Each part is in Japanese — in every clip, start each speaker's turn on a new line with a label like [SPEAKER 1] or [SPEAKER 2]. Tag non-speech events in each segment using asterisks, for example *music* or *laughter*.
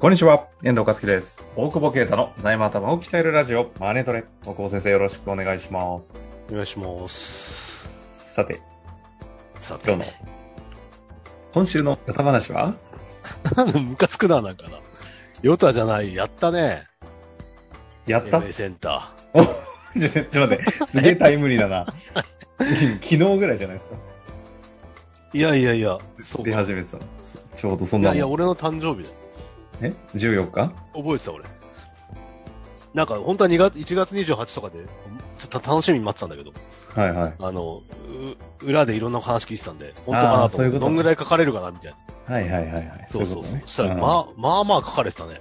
[SPEAKER 1] こんにちは、遠藤和樹です。大久保啓太の財務頭を鍛えるラジオ、マネトレ。大久保先生よろしくお願いします。
[SPEAKER 2] お願いします。
[SPEAKER 1] さて、
[SPEAKER 2] さて
[SPEAKER 1] 今日の、今週の肩話は
[SPEAKER 2] ムカつくな、なんかな。ヨタじゃない、やったね。
[SPEAKER 1] やった
[SPEAKER 2] MA センタ
[SPEAKER 1] *laughs* ちょちょっと待って、すげえタイムリーだ
[SPEAKER 2] *laughs*
[SPEAKER 1] な。昨日ぐらいじゃないですか。
[SPEAKER 2] ー。いやいやいや、そう
[SPEAKER 1] 出
[SPEAKER 2] か。
[SPEAKER 1] 始めてたの。ちょうどそん
[SPEAKER 2] い
[SPEAKER 1] な
[SPEAKER 2] や
[SPEAKER 1] もん
[SPEAKER 2] いや、俺の誕生日だよ。
[SPEAKER 1] え ?14 日
[SPEAKER 2] 覚えてた、俺。なんか、本当は2月、1月28とかで、ちょっと楽しみに待ってたんだけど、
[SPEAKER 1] はいはい。
[SPEAKER 2] あの、う裏でいろんな話聞いてたんで、本当か
[SPEAKER 1] あー
[SPEAKER 2] なと
[SPEAKER 1] そういう
[SPEAKER 2] 思って。
[SPEAKER 1] こと
[SPEAKER 2] どんぐらい書かれるかな、みたいな。
[SPEAKER 1] はいはいはいはい。
[SPEAKER 2] そうそうそう。そしたら、
[SPEAKER 1] ま
[SPEAKER 2] まあ、まあまあ書かれてたね。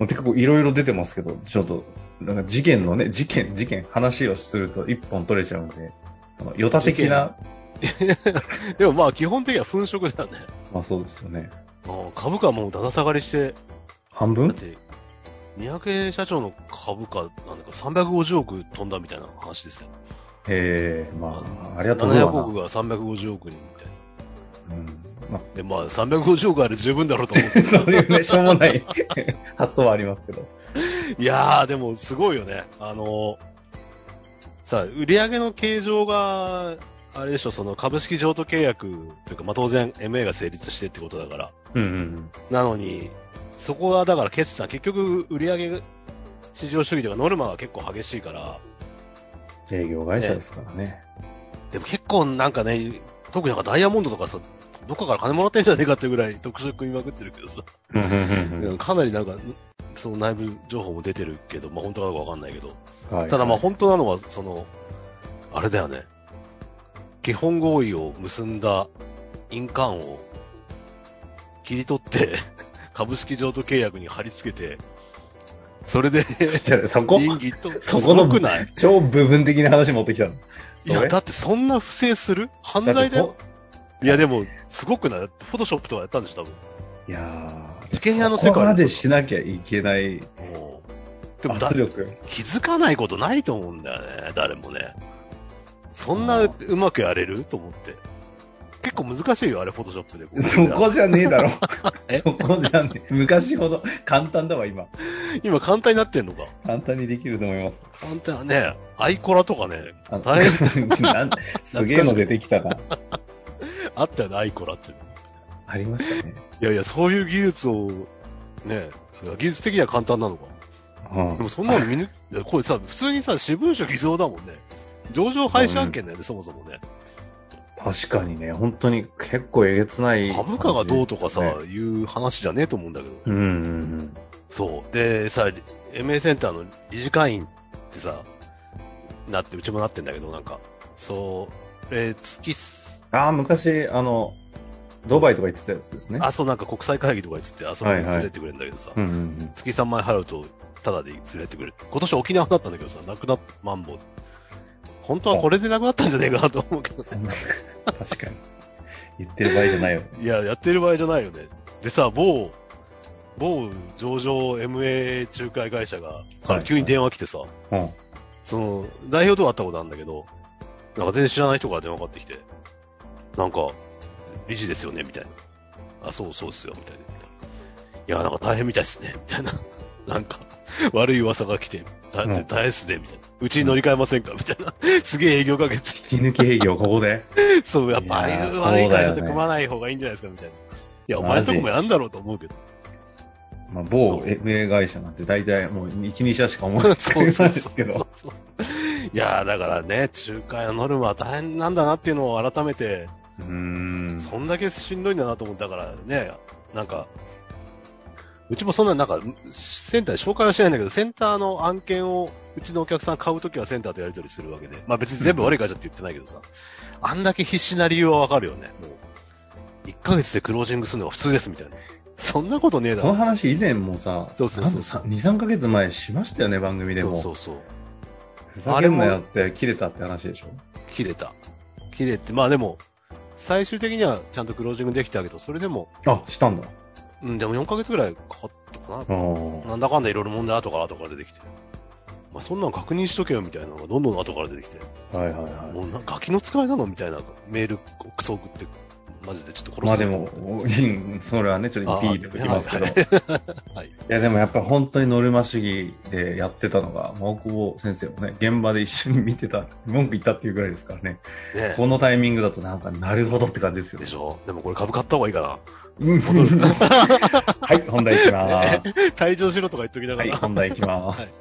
[SPEAKER 1] あ。結構いろいろ出てますけど、ちょっと、なんか事件のね、事件、事件、話をすると一本取れちゃうんで、あの、ヨタ的な、
[SPEAKER 2] でもまあ、基本的には粉飾だよね。
[SPEAKER 1] まあそうですよね。
[SPEAKER 2] うん株価もうだだ下がりして、
[SPEAKER 1] 半
[SPEAKER 2] だっ
[SPEAKER 1] 分
[SPEAKER 2] て、三宅社長の株価、なんだか350億飛んだみたいな話ですよ。
[SPEAKER 1] ええまあ、ありがとうござい
[SPEAKER 2] 700
[SPEAKER 1] ます
[SPEAKER 2] 億。が350億にみたいな。
[SPEAKER 1] うんま
[SPEAKER 2] で、まあ、350億あれ十分だろうと思う。
[SPEAKER 1] あ、そういうね、しょうもない *laughs* 発想はありますけど。
[SPEAKER 2] *laughs* いやー、でもすごいよね。あのさあ、売上の形状が、あれでしょ、その株式譲渡契約というか、まあ当然 MA が成立してってことだから。
[SPEAKER 1] うんうん
[SPEAKER 2] なのに、そこはだから決算、結局売上市場主義というかノルマが結構激しいから、
[SPEAKER 1] うん。営業会社ですからね。
[SPEAKER 2] でも結構なんかね、特になんかダイヤモンドとかさ、どっかから金もらってんじゃねえかってぐらい *laughs* 特色食いまくってるけどさ、
[SPEAKER 1] うんうんうん
[SPEAKER 2] かなりなんか、その内部情報も出てるけど、まあ本当かどうかわかんないけど、
[SPEAKER 1] うんはい
[SPEAKER 2] ただまあ本当なのは、その、あれだよね、基本合意を結んだ印鑑を切り取って、 *laughs* 株式譲渡契約に貼り付けて、それで、
[SPEAKER 1] じゃあ *laughs* そこ、
[SPEAKER 2] *laughs* 倫理と、
[SPEAKER 1] そこの
[SPEAKER 2] すごくない
[SPEAKER 1] 超部分的な話持ってきたの。
[SPEAKER 2] い
[SPEAKER 1] そ
[SPEAKER 2] や、
[SPEAKER 1] れ
[SPEAKER 2] だってそんな不正する犯罪だよ。いや、でも、すごくないフォトショップとかやったんでしょ、多分。
[SPEAKER 1] いやー、
[SPEAKER 2] 事件屋の世
[SPEAKER 1] そ
[SPEAKER 2] 界
[SPEAKER 1] こまでしなきゃいけない
[SPEAKER 2] でもだ
[SPEAKER 1] 圧、力。
[SPEAKER 2] 気づかないことないと思うんだよね、誰もね。そんな
[SPEAKER 1] あ
[SPEAKER 2] うまくやれると思って。結構難しいよ、あれ、フォトショップで。
[SPEAKER 1] そこじゃねえだろ
[SPEAKER 2] *laughs* え。
[SPEAKER 1] そこじゃねえ。昔ほど簡単だわ、今。
[SPEAKER 2] 今、簡単になってんのか。
[SPEAKER 1] 簡単にできると思います。
[SPEAKER 2] 簡単はね、アイコラとかね、
[SPEAKER 1] あの
[SPEAKER 2] 大
[SPEAKER 1] *laughs* なんすげえの出てきたな。
[SPEAKER 2] あったよね、アイコラって。い
[SPEAKER 1] ありましたね。
[SPEAKER 2] やいや、そういう技術を、ね、技術的には簡単なのか。
[SPEAKER 1] うん
[SPEAKER 2] でもそんなの見抜く、これさ、普通にさ、私文書偽造だもんね。上場廃止案件だよね、そもそもね。
[SPEAKER 1] 確かにね、本当に結構えげつない。
[SPEAKER 2] 株価がどうとかさ、
[SPEAKER 1] ね
[SPEAKER 2] いう話じゃねえと思うんだけど。
[SPEAKER 1] うんうん
[SPEAKER 2] そう。で、さ、MA センターの理事会員ってさ、なって、うちもなってんだけど、なんか、そう、えー月す、
[SPEAKER 1] うん。ああ、昔、あの、ドバイとか行ってたやつですね。
[SPEAKER 2] あ、そうなんか国際会議とかにつって、あそこに連れてってくれるんだけどさ、
[SPEAKER 1] うんうん
[SPEAKER 2] 月3万円払うと、ただで連れてってくれる。今年沖縄だったんだけどさ、なくなっ、マンボウ。本当はこれでなくなったんじゃねえかなと思うけ
[SPEAKER 1] う
[SPEAKER 2] ど
[SPEAKER 1] ん。確かに。言ってる場合じゃないよ。
[SPEAKER 2] いや、やってる場合じゃないよね。でさ、某、某上場 MA 仲介会社が、から急に電話来てさ、
[SPEAKER 1] うん。
[SPEAKER 2] その、代表とは会ったことあるんだけど、なんか全然知らない人から電話かかってきて、なんか、理事ですよね、みたいな。あ、そうそうっすよ、みたいな。いや、なんか大変みたいっすね、みたいな。 *laughs* なんか、悪い噂が来て、だ
[SPEAKER 1] うん
[SPEAKER 2] 大変っすね、みたいな。うちに乗り換えませんかみたいな。すげえ営業かけてき
[SPEAKER 1] 引き抜き営業、ここで。 *laughs*
[SPEAKER 2] て、そう、やっぱああ
[SPEAKER 1] いやー
[SPEAKER 2] いう悪
[SPEAKER 1] そ
[SPEAKER 2] い会社
[SPEAKER 1] うだよ
[SPEAKER 2] と
[SPEAKER 1] ね
[SPEAKER 2] 組まない方がいいんじゃないですか、みたいな。いや、お
[SPEAKER 1] マ
[SPEAKER 2] 前の
[SPEAKER 1] ジ
[SPEAKER 2] とこもやんだろうと思うけど。
[SPEAKER 1] まあ、某 MA 会社なんて大体もう1、2社しか
[SPEAKER 2] *laughs*
[SPEAKER 1] 思いつかないですけど。
[SPEAKER 2] そうそうそういやー、だからね、仲介のノルマは大変なんだなっていうのを改めて、
[SPEAKER 1] うーん。
[SPEAKER 2] そんだけしんどいんだなと思ったからね、なんか、うちもそんな、なんか、センターに紹介はしてないんだけど、センターの案件を、うちのお客さん買うときはセンターとやり取りするわけで。まあ別に全部悪い会社って言ってないけどさ。あんだけ必死な理由はわかるよね。もう、1ヶ月でクロージングするのが普通ですみたいな。そんなことねえだ
[SPEAKER 1] その
[SPEAKER 2] ろ。
[SPEAKER 1] 話以前もさ、
[SPEAKER 2] そうそうそうそ
[SPEAKER 1] な
[SPEAKER 2] う
[SPEAKER 1] んかさ2、3ヶ月前しましたよね、番組で
[SPEAKER 2] そう
[SPEAKER 1] も。
[SPEAKER 2] そうそう。
[SPEAKER 1] ふざけんなよって、切れたって話でしょ。
[SPEAKER 2] 切れた。切れて、まあでも、最終的にはちゃんとクロージングできたけど、それでも、
[SPEAKER 1] あ、したんだ。
[SPEAKER 2] うん、でも4ヶ月ぐらいかかったかな。
[SPEAKER 1] あー
[SPEAKER 2] なんだかんだいろいろ問題後から後から出てきて。まあ、そんなん確認しとけよみたいなのがどんどん後から出てきて。
[SPEAKER 1] はいはいは
[SPEAKER 2] もうなガキの使いなのみたいなメールクソ送って、マジでちょっと
[SPEAKER 1] い。
[SPEAKER 2] 殺
[SPEAKER 1] まあ
[SPEAKER 2] す
[SPEAKER 1] で
[SPEAKER 2] ぞ
[SPEAKER 1] も、うんそれはね、ちょっと
[SPEAKER 2] あ
[SPEAKER 1] ピーっておきますけど。
[SPEAKER 2] はいはい
[SPEAKER 1] やでもやっぱ本当にノルマ主義でやってたのが、大久保先生もね、現場で一緒に見てた、文句言ったっていうぐらいですからね。
[SPEAKER 2] ね
[SPEAKER 1] このタイミングだとなんか、なるほどって感じですよ
[SPEAKER 2] で。しょでもこれ株買った方がいいか
[SPEAKER 1] うん *laughs* はい、本題いきます。
[SPEAKER 2] な。退場しろとか言っときなが
[SPEAKER 1] はい、
[SPEAKER 2] ら。
[SPEAKER 1] 本題いきます。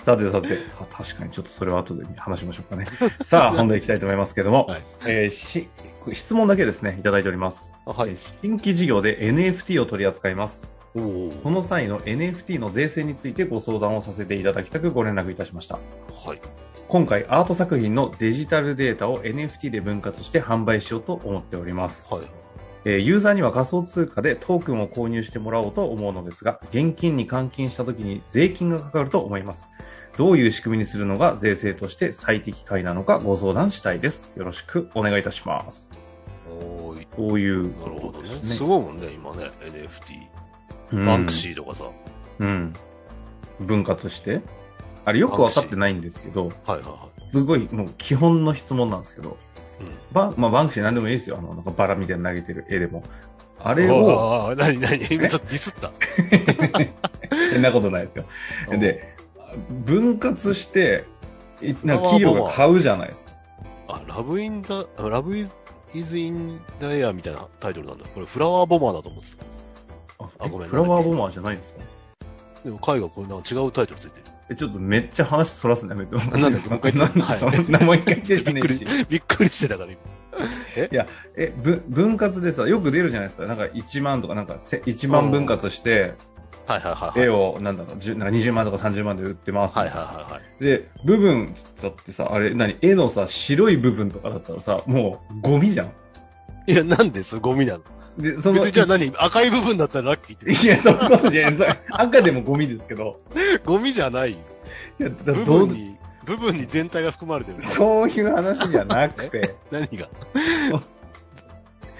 [SPEAKER 1] さてさて、あ確かにちょっとそれは後で話しましょうかね。さあ、本題いきたいと思いますけども、
[SPEAKER 2] はい
[SPEAKER 1] えーし質問だけですね、いただいております。
[SPEAKER 2] あはい。
[SPEAKER 1] 新規事業で NFT を取り扱います。
[SPEAKER 2] お
[SPEAKER 1] こ
[SPEAKER 2] お。
[SPEAKER 1] の際の NFT の税制についてご相談をさせていただきたくご連絡いたしました。
[SPEAKER 2] はい。
[SPEAKER 1] 今回アート作品のデジタルデータを NFT で分割して販売しようと思っております。
[SPEAKER 2] はい。
[SPEAKER 1] えーユーザーには仮想通貨でトークンを購入してもらおうと思うのですが、現金に換金した時に税金がかかると思います。どういう仕組みにするのが税制として最適解なのかご相談したいです。よろしくお願いいたします。
[SPEAKER 2] おーい。
[SPEAKER 1] こういう
[SPEAKER 2] な
[SPEAKER 1] こ
[SPEAKER 2] る
[SPEAKER 1] と
[SPEAKER 2] ほど
[SPEAKER 1] で
[SPEAKER 2] ね。
[SPEAKER 1] すね。
[SPEAKER 2] すごいもんね、今ね。NFT。
[SPEAKER 1] うん
[SPEAKER 2] バンクシーとかさ。
[SPEAKER 1] うん。分割して。あれよくわかってないんですけど、
[SPEAKER 2] はいはいは
[SPEAKER 1] すごいもう基本の質問なんですけど、
[SPEAKER 2] い。うん。
[SPEAKER 1] バンまあ、バンクシーなんでもいいですよ。あの、なんかバラみたいに投げてる絵でも。あ
[SPEAKER 2] あ
[SPEAKER 1] れを、
[SPEAKER 2] なになに今ちょっとディスった。
[SPEAKER 1] そんなことないですよ。 *laughs* で、分割して、いなんか企業が買うじゃないですか。
[SPEAKER 2] あ、ラブインダ、あラブイズインダエアみたいなタイトルなんだ。これフラワーボマーだと思ってた。あ
[SPEAKER 1] え
[SPEAKER 2] ごめん
[SPEAKER 1] フラワーボマーじゃないんですか
[SPEAKER 2] でも海外これなんか違うタイトルついてる。
[SPEAKER 1] え、ちょっとめっちゃ話そらすのやめてもら
[SPEAKER 2] なん
[SPEAKER 1] ってい
[SPEAKER 2] だ
[SPEAKER 1] い
[SPEAKER 2] っ
[SPEAKER 1] で
[SPEAKER 2] け
[SPEAKER 1] す
[SPEAKER 2] も
[SPEAKER 1] か
[SPEAKER 2] う一回言って
[SPEAKER 1] なんそんなもう一回言ってねえ
[SPEAKER 2] びっく
[SPEAKER 1] し
[SPEAKER 2] り、 *laughs* びっくりしてたから今。
[SPEAKER 1] *laughs* え、ぶ分割でさ、よく出るじゃないですか。なんか1万とか、なんかせ1万分割して、
[SPEAKER 2] はいはいはいはい。
[SPEAKER 1] 絵を、なんだろう、10なんか20万とか30万で売ってます。
[SPEAKER 2] はいはいはいはい。
[SPEAKER 1] で、部分っつったってさ、あれ、何絵のさ、白い部分とかだったらさ、もうゴミじゃん。
[SPEAKER 2] いや、なんでそれゴミなの
[SPEAKER 1] で、その、
[SPEAKER 2] 別にじゃあ何赤い部分だったらラッキーって。
[SPEAKER 1] いや、そういうことじゃない。それ赤でもゴミですけど。
[SPEAKER 2] ゴミじゃないよ。
[SPEAKER 1] いや、だ
[SPEAKER 2] 部
[SPEAKER 1] ど
[SPEAKER 2] 分
[SPEAKER 1] う
[SPEAKER 2] に、部分に全体が含ま
[SPEAKER 1] *laughs*
[SPEAKER 2] れてる。
[SPEAKER 1] そういう話じゃなくて、
[SPEAKER 2] 何が *laughs*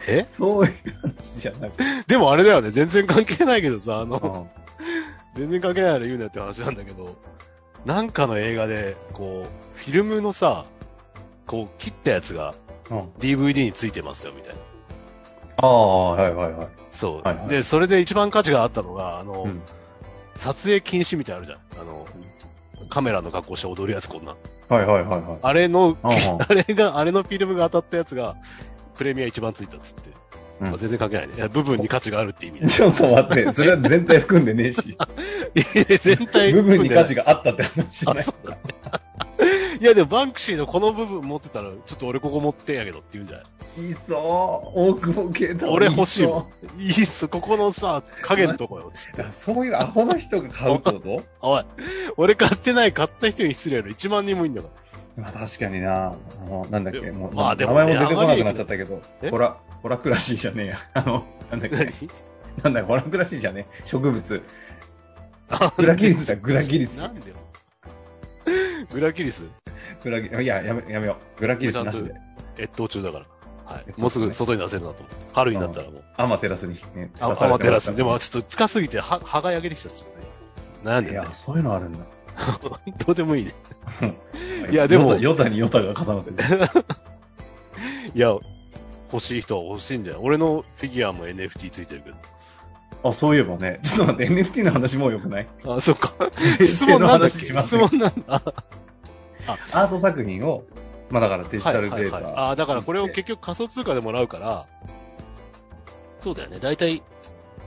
[SPEAKER 2] え
[SPEAKER 1] そういう話じゃなくて。
[SPEAKER 2] でもあれだよね。全然関係ないけどさ、あの、
[SPEAKER 1] うん
[SPEAKER 2] 全然関係ないから言うなって話なんだけど、なんかの映画で、こう、フィルムのさ、こう、切ったやつが
[SPEAKER 1] うん、
[SPEAKER 2] DVD についてますよ、みたいな。
[SPEAKER 1] ああ、はいはいはい。
[SPEAKER 2] そう。
[SPEAKER 1] はいはい
[SPEAKER 2] で、それで一番価値があったのが、あの、
[SPEAKER 1] うん
[SPEAKER 2] 撮影禁止みたいなのあるじゃん。あの、カメラの格好して踊るやつこんな。
[SPEAKER 1] はいはいはいはい。
[SPEAKER 2] あれ
[SPEAKER 1] うん
[SPEAKER 2] の、 *laughs*
[SPEAKER 1] うん
[SPEAKER 2] あれが、あれのフィルムが当たったやつが、プレミア一番ついたっつって。
[SPEAKER 1] うん。
[SPEAKER 2] まあ全然関係ないね。いや部分に価値があるって意味
[SPEAKER 1] *laughs*
[SPEAKER 2] で
[SPEAKER 1] ちょっと待って、それは全体含んでねえ
[SPEAKER 2] *laughs*
[SPEAKER 1] し、
[SPEAKER 2] 全体
[SPEAKER 1] 部分に価値
[SPEAKER 2] が。
[SPEAKER 1] があったって話じゃな
[SPEAKER 2] あ、
[SPEAKER 1] い。
[SPEAKER 2] そうだね。いや、でもバンクシーのこの部分持ってたら、ちょっと俺ここ持ってんやけどって言うんじゃない
[SPEAKER 1] いそう、大久保啓太
[SPEAKER 2] 俺欲しい
[SPEAKER 1] そ
[SPEAKER 2] もん。いいっす、ここのさ、影のとこよ、つっ
[SPEAKER 1] う
[SPEAKER 2] て
[SPEAKER 1] だ。そういうアホな人が買うってこと
[SPEAKER 2] *laughs* おい、俺買ってない、買った人に失礼やろ。1万人もいんだか
[SPEAKER 1] まあ確かにな、あの、なんだっけ、
[SPEAKER 2] で
[SPEAKER 1] もう、
[SPEAKER 2] まあで
[SPEAKER 1] 名
[SPEAKER 2] もね
[SPEAKER 1] 前も出てこなくなっちゃったけど
[SPEAKER 2] え、
[SPEAKER 1] ホラ、ホラクラシーじゃねえや。 *laughs* あの、なんだっ
[SPEAKER 2] ら。
[SPEAKER 1] け、なんだよホラクラシーじゃねえ。植物。
[SPEAKER 2] 何
[SPEAKER 1] グラキリスだ、グラキリス。
[SPEAKER 2] なんでよ。グラキリス、
[SPEAKER 1] グラキいや、やめ、やめよう。グラキリスなし
[SPEAKER 2] ち
[SPEAKER 1] で。
[SPEAKER 2] 越冬中だから。はい
[SPEAKER 1] 越冬中。ね
[SPEAKER 2] もうすぐ外に出せるなと思って。春になったらもう。
[SPEAKER 1] アマテラスに、ね、
[SPEAKER 2] あ、
[SPEAKER 1] 照らされて
[SPEAKER 2] アマテラ
[SPEAKER 1] ま
[SPEAKER 2] ス。
[SPEAKER 1] す
[SPEAKER 2] でも、ちょっと近すぎて、は、歯が焼けてきちゃった。悩ん
[SPEAKER 1] い
[SPEAKER 2] で
[SPEAKER 1] や
[SPEAKER 2] ね、。
[SPEAKER 1] そういうのあるんだ。
[SPEAKER 2] どうでもいいね。いやでも
[SPEAKER 1] ヨタヨタにヨタが重なってる。
[SPEAKER 2] いや、欲しい人は欲しいんだよ。俺のフィギュアも NFT ついてるけ
[SPEAKER 1] あ、そういえばね。ちょっと待って、NFT の話もうよくない
[SPEAKER 2] ど。あ、そっ
[SPEAKER 1] *laughs*
[SPEAKER 2] か。 *laughs* 質問なんだっけ
[SPEAKER 1] 話しま
[SPEAKER 2] 質
[SPEAKER 1] すね
[SPEAKER 2] 問なんだ。
[SPEAKER 1] アート作品を、まあだからデジタルデータ。
[SPEAKER 2] はいはいはいあーだからこれを結局仮想通貨でもらうから、そうだよね。大体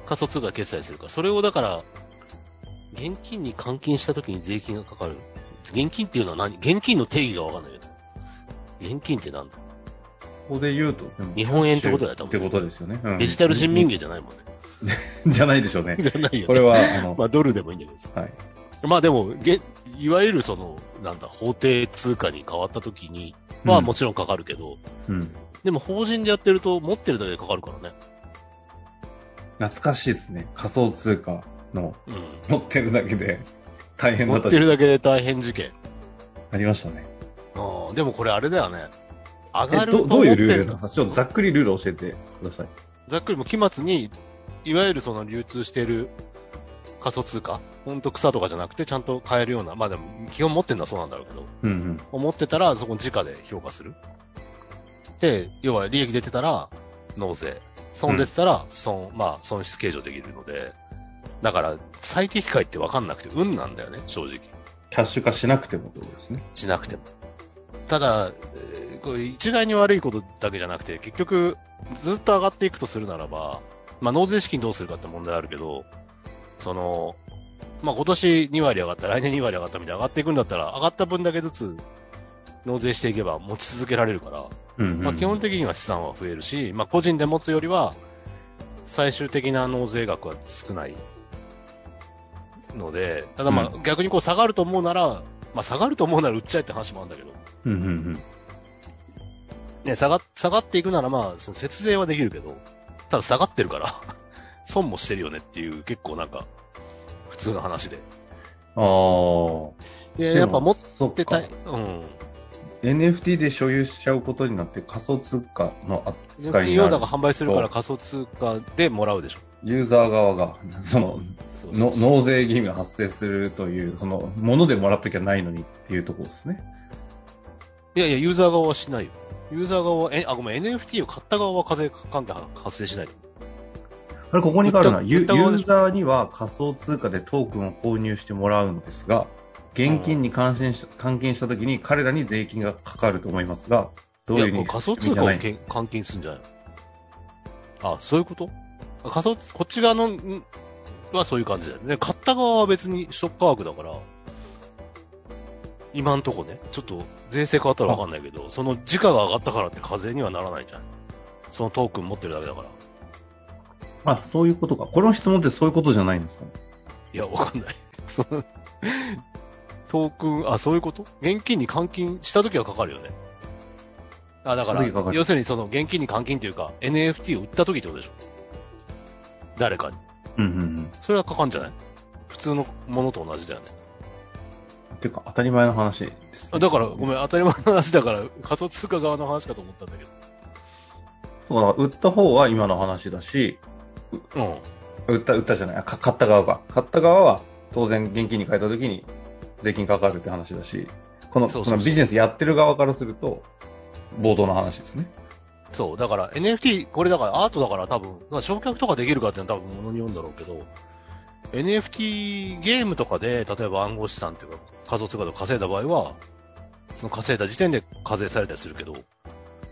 [SPEAKER 2] 仮想通貨で決済するから。それをだから、現金に換金した時に税金がかかる。現金っていうのは何現金の定義がわかんないけど。現金ってなんだ
[SPEAKER 1] こで言うと、でも
[SPEAKER 2] 日本円ってことだよ多
[SPEAKER 1] って
[SPEAKER 2] 分
[SPEAKER 1] ことですよね。うん
[SPEAKER 2] デジタル人民元じゃないもんね。
[SPEAKER 1] じゃないでしょうね。
[SPEAKER 2] *laughs* じゃないよ、ね。
[SPEAKER 1] これは、あの、
[SPEAKER 2] まあドルでもいいんだけどさ。
[SPEAKER 1] はい。
[SPEAKER 2] まあでも、げいわゆるその、なんだ、法定通貨に変わった時には
[SPEAKER 1] うん
[SPEAKER 2] もちろんかかるけど、
[SPEAKER 1] うん。
[SPEAKER 2] でも法人でやってると持ってるだけでかかるからね。
[SPEAKER 1] 懐かしいですね。仮想通貨の
[SPEAKER 2] うん。
[SPEAKER 1] 持ってるだけで *laughs* 大変
[SPEAKER 2] 持
[SPEAKER 1] だ
[SPEAKER 2] っ
[SPEAKER 1] った
[SPEAKER 2] てるだけで大変事件。
[SPEAKER 1] ありましたね。
[SPEAKER 2] ああ、でもこれあれだよね。上
[SPEAKER 1] え
[SPEAKER 2] がると
[SPEAKER 1] ど
[SPEAKER 2] 思
[SPEAKER 1] どうい
[SPEAKER 2] っ
[SPEAKER 1] う
[SPEAKER 2] て
[SPEAKER 1] ルー
[SPEAKER 2] る
[SPEAKER 1] ルなんですかちょっとざっくりルール教えてください。
[SPEAKER 2] ざっくりもう期末に、いわゆるその流通している仮想通貨、ほんと草とかじゃなくてちゃんと買えるような、まあでも基本持ってるのはそうなんだろうけど、
[SPEAKER 1] うんうん。
[SPEAKER 2] 思ってたら、そこに直で評価する。で、要は利益出てたら納税。損出てたら損、まあ損失計上できるので、だから最適解って分かんなくて運なんだよね、正直。
[SPEAKER 1] キャッシュ化しなくてもってことですね。
[SPEAKER 2] しなくても。ただ、えーこれ一概に悪いことだけじゃなくて、結局ずっと上がっていくとするならば、まあ納税資金どうするかって問題あるけど、その、まあ今年2割上がった、来年2割上がったみたいな上がっていくんだったら、上がった分だけずつ納税していけば持ち続けられるから、
[SPEAKER 1] うんうん、
[SPEAKER 2] まあ、基本的には資産は増えるし、まあ、個人で持つよりは最終的な納税額は少ないので、ただま
[SPEAKER 1] う
[SPEAKER 2] あ逆にこう下がると思うなら、まあ、下がると思うなら売っちゃえって話もあるんだけど、
[SPEAKER 1] うんうんうん。
[SPEAKER 2] ね、下が下がっていくならまあその節税はできるけど、ただ下がってるから、 *laughs* 損もしてるよねっていう結構なんか普通の話で。
[SPEAKER 1] あーで
[SPEAKER 2] で
[SPEAKER 1] も
[SPEAKER 2] やっぱ持っ
[SPEAKER 1] そって
[SPEAKER 2] たい
[SPEAKER 1] か、
[SPEAKER 2] うん。
[SPEAKER 1] NFT で所有しちゃうことになって仮想通貨の扱い
[SPEAKER 2] 企
[SPEAKER 1] に
[SPEAKER 2] 業
[SPEAKER 1] な
[SPEAKER 2] だ
[SPEAKER 1] る
[SPEAKER 2] が販売するから仮想通貨でもらうでしょ。
[SPEAKER 1] ユーザー側がその
[SPEAKER 2] そうそう
[SPEAKER 1] の
[SPEAKER 2] そう
[SPEAKER 1] 納税義務が発生するというそのものでもらっときゃないのにっていうところですね。
[SPEAKER 2] いやいや、ユーザー側はしないよ。ユーザー側は、え、あ、ごめん、NFT を買った側は課税関係は発生しないよ。
[SPEAKER 1] あれここに書いてあるのはユ
[SPEAKER 2] 売
[SPEAKER 1] ユ
[SPEAKER 2] った側でしょ
[SPEAKER 1] ーザーには仮想通貨でトークンを購入してもらうのですが現金に換金し換金したときに彼らに税金がかかると思いますがどう
[SPEAKER 2] い
[SPEAKER 1] い
[SPEAKER 2] や、
[SPEAKER 1] う
[SPEAKER 2] こ
[SPEAKER 1] ふうに
[SPEAKER 2] れ仮想通貨を
[SPEAKER 1] ない
[SPEAKER 2] けん換金するんじゃないのあ、そういうことあ仮想通、こっち側の、んはそういう感じだよね。買った側は別に取得価格だから、今んとこね、ちょっと税制変わったらわかんないけど、その時価が上がったからって課税にはならないじゃん。そのトークン持ってるだけだから。
[SPEAKER 1] あそういうことかこの質問ってそういうことじゃないんですか
[SPEAKER 2] いや、わかんない。 *laughs* そのトークン、あ、そういうこと現金に換金したときはかかるよね。あ、だから
[SPEAKER 1] した時かか、る
[SPEAKER 2] 要するにその現金に換金というか、NFT を売ったときってことでしょ。誰かに。
[SPEAKER 1] うんうんうん
[SPEAKER 2] それはかかんじゃない普通のものと同じだよね。
[SPEAKER 1] っていうか当たり前の話です、
[SPEAKER 2] あ
[SPEAKER 1] ね、
[SPEAKER 2] だから、ごめん、当たり前の話だから、仮想通貨側の話かと思ったんだけど。
[SPEAKER 1] そうだ売った方は今の話だし
[SPEAKER 2] うん。
[SPEAKER 1] 売った売ったじゃないあか買った側が買った側は当然現金に変えたときに税金かかるって話だしこの
[SPEAKER 2] そう
[SPEAKER 1] こ
[SPEAKER 2] そうそ
[SPEAKER 1] の
[SPEAKER 2] う
[SPEAKER 1] ビジネスやってる側からすると暴動の話ですね
[SPEAKER 2] そう、だから NFT、これだからアートだから多分、まあ、焼却とかできるかっていうのは多分ものによるんだろうけど、NFT ゲームとかで、例えば暗号資産っていうか仮想通貨とか稼いだ場合は、その稼いだ時点で課税されたりするけど、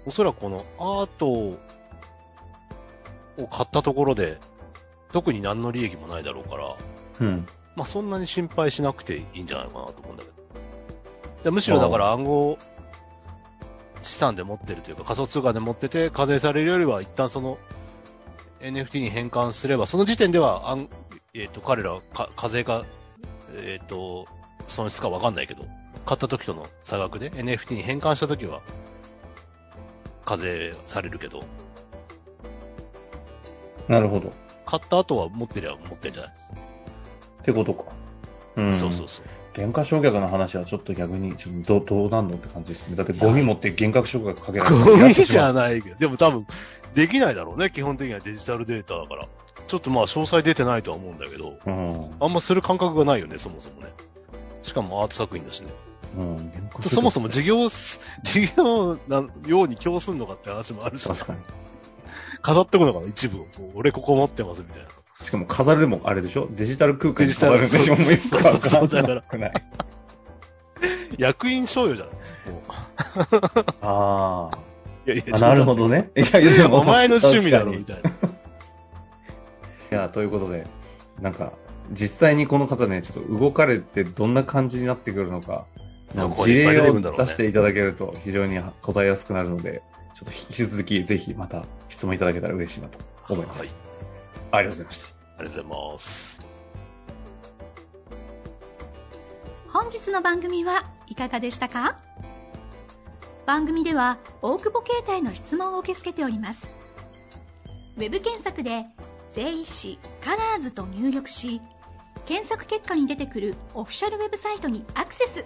[SPEAKER 2] おそらくこのアートを買ったところで、特に何の利益もないだろうから、
[SPEAKER 1] うん
[SPEAKER 2] まあそんなに心配しなくていいんじゃないかなと思うんだけど。でむしろだから暗号資産で持ってるというか仮想通貨で持ってて課税されるよりは一旦その NFT に変換すれば、その時点では、あんえっ、と、彼らはか課税か、えっ、と、損失かわかんないけど、買った時との差額で NFT に変換した時は課税されるけど、
[SPEAKER 1] なるほど
[SPEAKER 2] 買った後は持ってりゃ持ってんじゃない、
[SPEAKER 1] ってことか。うん、
[SPEAKER 2] そうそうそう。
[SPEAKER 1] 原価償却の話はちょっと逆にちょっとどどうなんのって感じですね。だってゴミ持って原価償却かけられ
[SPEAKER 2] ゴミじゃ
[SPEAKER 1] ん。
[SPEAKER 2] ないけど、でも多分、できないだろうね、基本的にはデジタルデータだから。ちょっとまあ、詳細出てないとは思うんだけど、
[SPEAKER 1] うん。
[SPEAKER 2] あんまする感覚がないよね、そもそもね。しかもアート作品だしね。
[SPEAKER 1] うん、原価償却
[SPEAKER 2] そもそも事業す、 *laughs* 事業なように供すんのかって話もあるし、
[SPEAKER 1] 確かに。
[SPEAKER 2] 飾っとくのかな、一部を。こう俺ここ持ってますみたいな。
[SPEAKER 1] しかも飾るもあれでしょデジタル空間に
[SPEAKER 2] デジタ
[SPEAKER 1] 飾る
[SPEAKER 2] ル
[SPEAKER 1] んでしょもうよくわかんなく
[SPEAKER 2] そうそうそうだ
[SPEAKER 1] ない。
[SPEAKER 2] 役員賞与じゃないも
[SPEAKER 1] あー
[SPEAKER 2] ういやいや
[SPEAKER 1] あ。なるほ
[SPEAKER 2] ど。
[SPEAKER 1] どね。 *laughs* いや、いやでも
[SPEAKER 2] お前の趣味だろ、み
[SPEAKER 1] 確か
[SPEAKER 2] たいな。
[SPEAKER 1] にいや、ということで、なんか、実際にこの方ね、ちょっと動かれてどんな感じになってくるのか、
[SPEAKER 2] なんかこ
[SPEAKER 1] 事
[SPEAKER 2] れいっぱい出
[SPEAKER 1] 例
[SPEAKER 2] てく
[SPEAKER 1] を
[SPEAKER 2] るんだろうね
[SPEAKER 1] 出していただけると非常に答えやすくなるので、ちょっと引き続きぜひまた質問いただけたら嬉しいなと思います。
[SPEAKER 2] はい
[SPEAKER 1] ありがとうございました。
[SPEAKER 2] ありがとうございます。
[SPEAKER 3] 本日の番組はいかがでしたか番組では大久保携帯の質問を受け付けておりますウェブ検索で「税理士カラーズと入力し検索結果に出てくるオフィシャルウェブサイトにアクセス